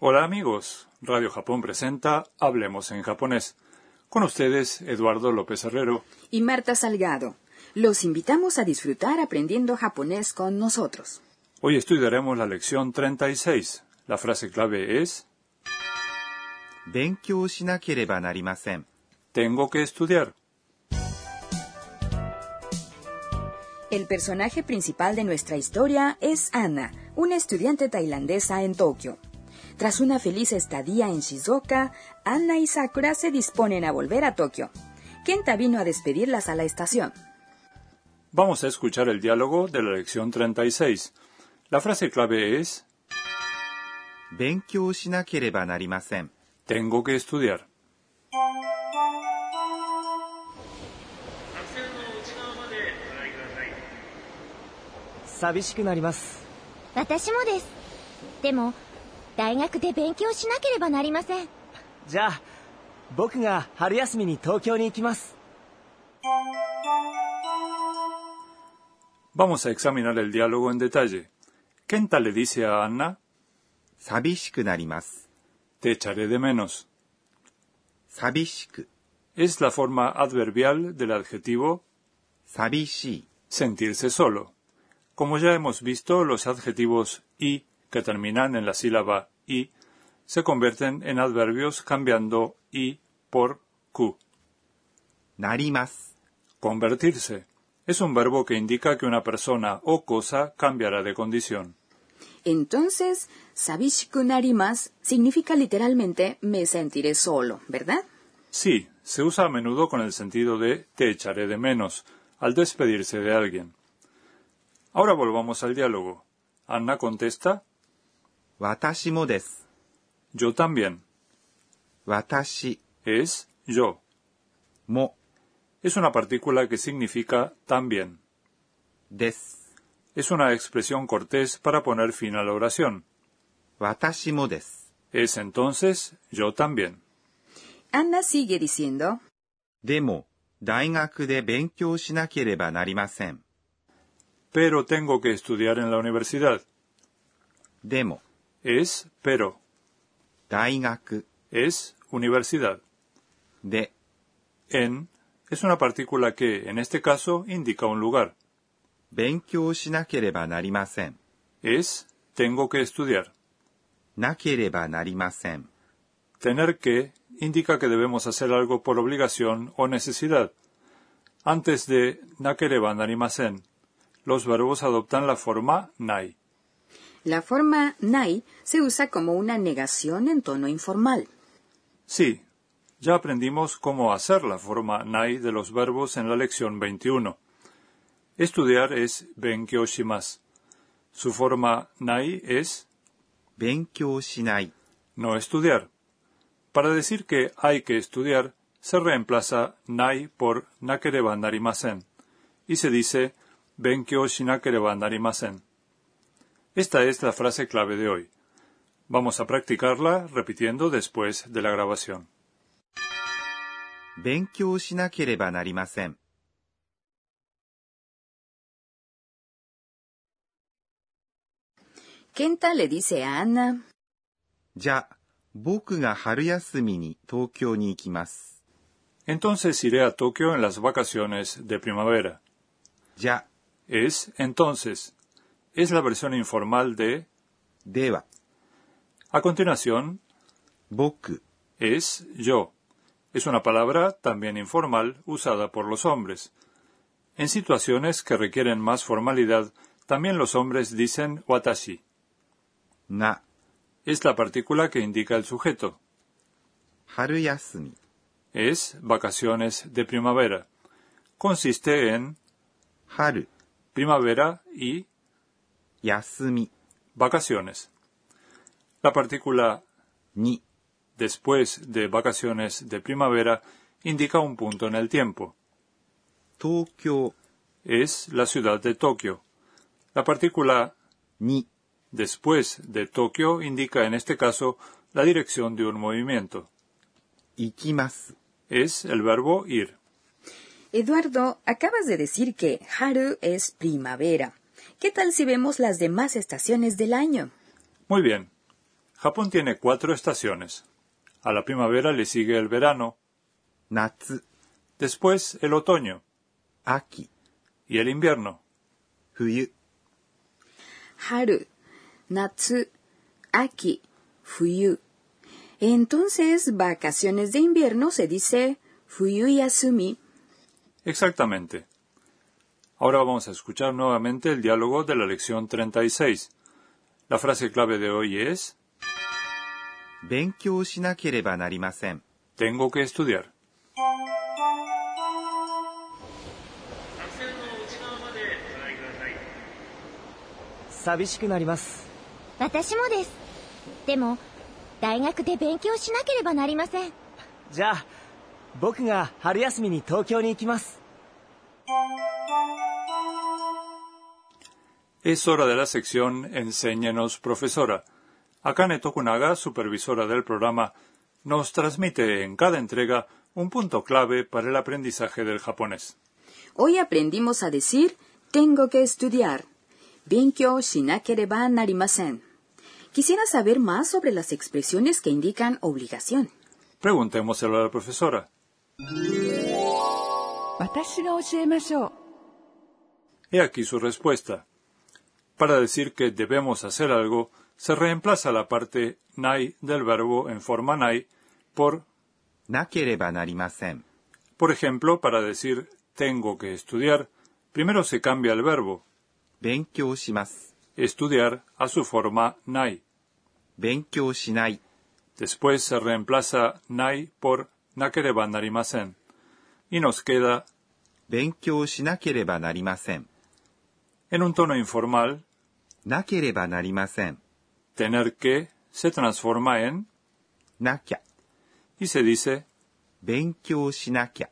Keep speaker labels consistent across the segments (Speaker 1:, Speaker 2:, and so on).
Speaker 1: Hola amigos, Radio Japón presenta Hablemos en japonés. Con ustedes, Eduardo López Herrero.
Speaker 2: y Marta Salgado. Los invitamos a disfrutar aprendiendo japonés con nosotros.
Speaker 1: Hoy estudiaremos la lección 36. La frase clave es
Speaker 3: 勉強しなければなりません。
Speaker 1: Tengo que estudiar.
Speaker 2: El personaje principal de nuestra historia es Ana, una estudiante tailandesa en Tokio. Tras una feliz estadía en Shizuoka, Ana y Sakura se disponen a volver a Tokio. Kenta vino a despedirlas a la estación.
Speaker 1: Vamos a escuchar el diálogo de la lección 36. La frase clave es
Speaker 3: 勉強しなければなりません。
Speaker 1: Tengo que estudiar.
Speaker 4: 白線の内側までご覧ください
Speaker 5: 寂しくなります
Speaker 6: 私もですでも大学で勉強しなければなりません
Speaker 5: じゃあ僕が春休みに東京に行きます、
Speaker 1: Vamos a examinar el diálogo en detalle. Kenta le dice a Anna,
Speaker 3: 寂しくなります。
Speaker 1: te echaré de menos.
Speaker 3: 寂しく、
Speaker 1: Es la forma adverbial del adjetivo
Speaker 3: 寂しい、
Speaker 1: sentirse solo. Como ya hemos visto, los adjetivos y que terminan en la sílaba y se convierten en adverbios cambiando y por q.
Speaker 3: なります。
Speaker 1: Convertirse es un verbo que indica que una persona o cosa cambiará de condición.
Speaker 2: Entonces, sabishiku narimas significa literalmente me sentiré solo, ¿verdad?
Speaker 1: Sí, se usa a menudo con el sentido de te echaré de menos al despedirse de alguien. Ahora volvamos al diálogo. Anna contesta,
Speaker 3: 私もです。
Speaker 1: yo también.
Speaker 3: 私
Speaker 1: Es yo.
Speaker 3: も
Speaker 1: es una partícula que significa también.
Speaker 3: です。
Speaker 1: Es una expresión cortés para poner fin a la oración.
Speaker 3: 私もです。
Speaker 1: Es entonces yo también.
Speaker 2: Ana sigue diciendo,
Speaker 3: でも、大学で勉強しなければなりません。
Speaker 1: Pero tengo que estudiar en la universidad.
Speaker 3: でも、
Speaker 1: Es pero.
Speaker 3: 大学
Speaker 1: Es universidad.
Speaker 3: で
Speaker 1: En es una partícula que, en este caso, indica un lugar.
Speaker 3: 勉強しなければなりません。
Speaker 1: Es tengo que estudiar.
Speaker 3: なければなりません。
Speaker 1: Tener que indica que debemos hacer algo por obligación o necesidad. Antes de nakereban animasen, los verbos adoptan la forma nai.
Speaker 2: La forma nai se usa como una negación en tono informal.
Speaker 1: Sí, ya aprendimos cómo hacer la forma nai de los verbos en la lección 21. Estudiar es benkyo shimasu. Su forma nai es
Speaker 3: 勉強しない。
Speaker 1: no estudiar. Para decir que hay que estudiar, se reemplaza nai por nakereba narimasen y se dice benkyo shinakereba narimasen. Esta es la frase clave de hoy. Vamos a practicarla repitiendo después de la grabación.
Speaker 3: 勉強しなければなりません。
Speaker 2: Kenta le dice a Ana,
Speaker 3: じゃあ、僕が春休みに東京に行きます。
Speaker 1: Entonces iré a Tokio en las vacaciones de primavera.
Speaker 3: じゃあ、
Speaker 1: Es entonces. Es la versión informal de.
Speaker 3: では、
Speaker 1: A continuación,
Speaker 3: 僕
Speaker 1: es yo. Es una palabra también informal usada por los hombres. En situaciones que requieren más formalidad, también los hombres dicen watashi.
Speaker 3: が
Speaker 1: Es la partícula que indica el sujeto.
Speaker 3: 春休み
Speaker 1: Es vacaciones de primavera. Consiste en
Speaker 3: 春
Speaker 1: primavera y
Speaker 3: 休み
Speaker 1: vacaciones. La partícula
Speaker 3: に
Speaker 1: después de vacaciones de primavera indica un punto en el tiempo.
Speaker 3: 東京
Speaker 1: Es la ciudad de Tokio. La partícula
Speaker 3: に
Speaker 1: después de Tokio indica en este caso la dirección de un movimiento.
Speaker 3: 行きます。
Speaker 1: Es el verbo ir.
Speaker 2: Eduardo, acabas de decir que Haru es primavera. ¿Qué tal si vemos las demás estaciones del año?
Speaker 1: Muy bien. Japón tiene cuatro estaciones. A la primavera le sigue el verano,
Speaker 3: 夏、
Speaker 1: después el otoño
Speaker 3: 秋、
Speaker 1: y el invierno.
Speaker 3: 冬、
Speaker 2: Haru, Natsu, Aki, Fuyu. Entonces, vacaciones de invierno se dice Fuyu Yasumi.
Speaker 1: Exactamente. Ahora vamos a escuchar nuevamente el diálogo de la lección 36. La frase clave de hoy es
Speaker 3: 勉強しなければなりません。
Speaker 1: tengo que estudiar.
Speaker 4: 白線の内側までご覧ください
Speaker 5: 寂しくなります
Speaker 6: 私もですでも大学で勉強しなければなりません
Speaker 5: じゃあ僕が春休みに東京に行きます
Speaker 1: Es hora de la sección Enséñenos, profesora. Akane Tokunaga, supervisora del programa, nos transmite en cada entrega un punto clave para el aprendizaje del japonés.
Speaker 2: Hoy aprendimos a decir tengo que estudiar. Benkyo shinakereba narimasen. Quisiera saber más sobre las expresiones que indican obligación.
Speaker 1: Preguntémoselo a la profesora. He aquí su respuesta. Para decir que debemos hacer algo, se reemplaza la parte nai del verbo en forma nai por
Speaker 3: なければなりません。
Speaker 1: Por ejemplo, para decir tengo que estudiar, primero se cambia el verbo
Speaker 3: 勉強します。
Speaker 1: estudiar a su forma nai.
Speaker 3: 勉強しない。
Speaker 1: Después se reemplaza nai por nakereba narimasen. Y nos queda,
Speaker 3: 勉強しなければなりません。
Speaker 1: en un tono informal,
Speaker 3: なければなりません。
Speaker 1: tener que se transforma en
Speaker 3: なきゃ。
Speaker 1: y se dice
Speaker 3: 勉強しなきゃ。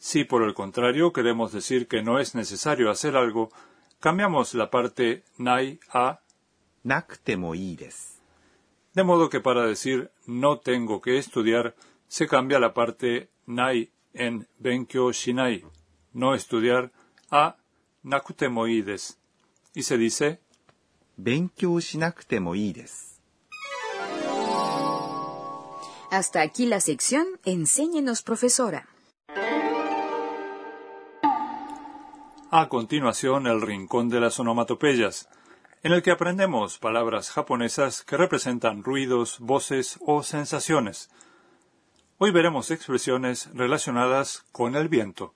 Speaker 1: si por el contrario queremos decir que no es necesario hacer algo, cambiamos la parte nai a
Speaker 3: なくてもいいです。
Speaker 1: De modo que para decir no tengo que estudiar, se cambia la parte nai en benkyo shinai, no estudiar, a nakutemoides. Y se dice,
Speaker 3: 勉強しなくてもいいです。
Speaker 2: Hasta aquí la sección Enséñenos, profesora.
Speaker 1: a continuación el rincón de las onomatopeyas, en el que aprendemos palabras japonesas que representan ruidos, voces o sensaciones. Hoy veremos expresiones relacionadas con el viento.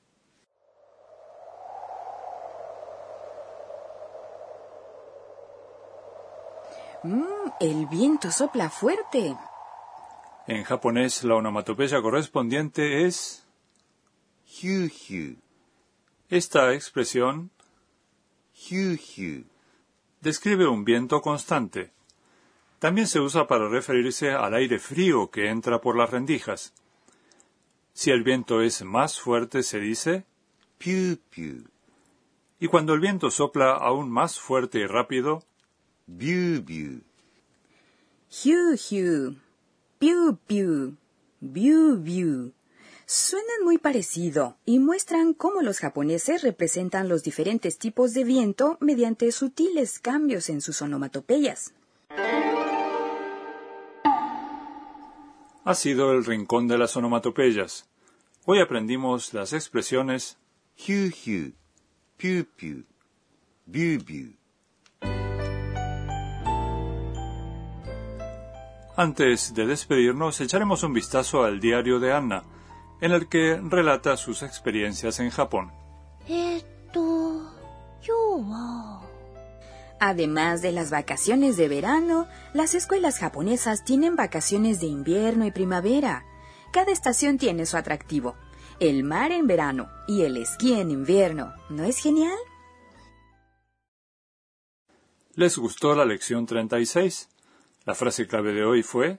Speaker 2: El viento sopla fuerte.
Speaker 1: En japonés la onomatopeya correspondiente es
Speaker 3: ヒューヒュー、
Speaker 1: Esta expresión
Speaker 3: ヒューヒュー。
Speaker 1: describe un viento constante. También se usa para referirse al aire frío que entra por las rendijas. Si el viento es más fuerte se dice,
Speaker 3: ピューピュー、
Speaker 1: y cuando el viento sopla aún más fuerte y rápido,
Speaker 3: ビュービュー、
Speaker 2: Hiu hiu, piu piu, biu biu. Suenan muy parecido y muestran cómo los japoneses representan los diferentes tipos de viento mediante sutiles cambios en sus onomatopeyas.
Speaker 1: ha sido el rincón de las onomatopeyas. Hoy aprendimos las expresiones
Speaker 3: ヒューヒュー、ピューピュー、ビュービュー。
Speaker 1: Antes de despedirnos, echaremos un vistazo al diario de Anna, en el que relata sus experiencias en Japón.
Speaker 6: えーっと今日は
Speaker 2: Además de las vacaciones de verano, las escuelas japonesas tienen vacaciones de invierno y primavera. Cada estación tiene su atractivo. El mar en verano y el esquí en invierno. ¿No es genial?
Speaker 1: ¿Les gustó la lección 36? La frase clave de hoy fue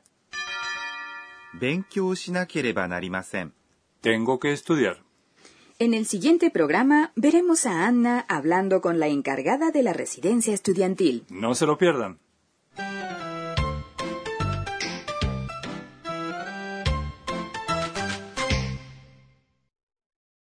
Speaker 3: 勉強しなければなりません。
Speaker 1: Tengo que estudiar.
Speaker 2: En el siguiente programa veremos a Anna hablando con la encargada de la residencia estudiantil.
Speaker 1: No se lo pierdan.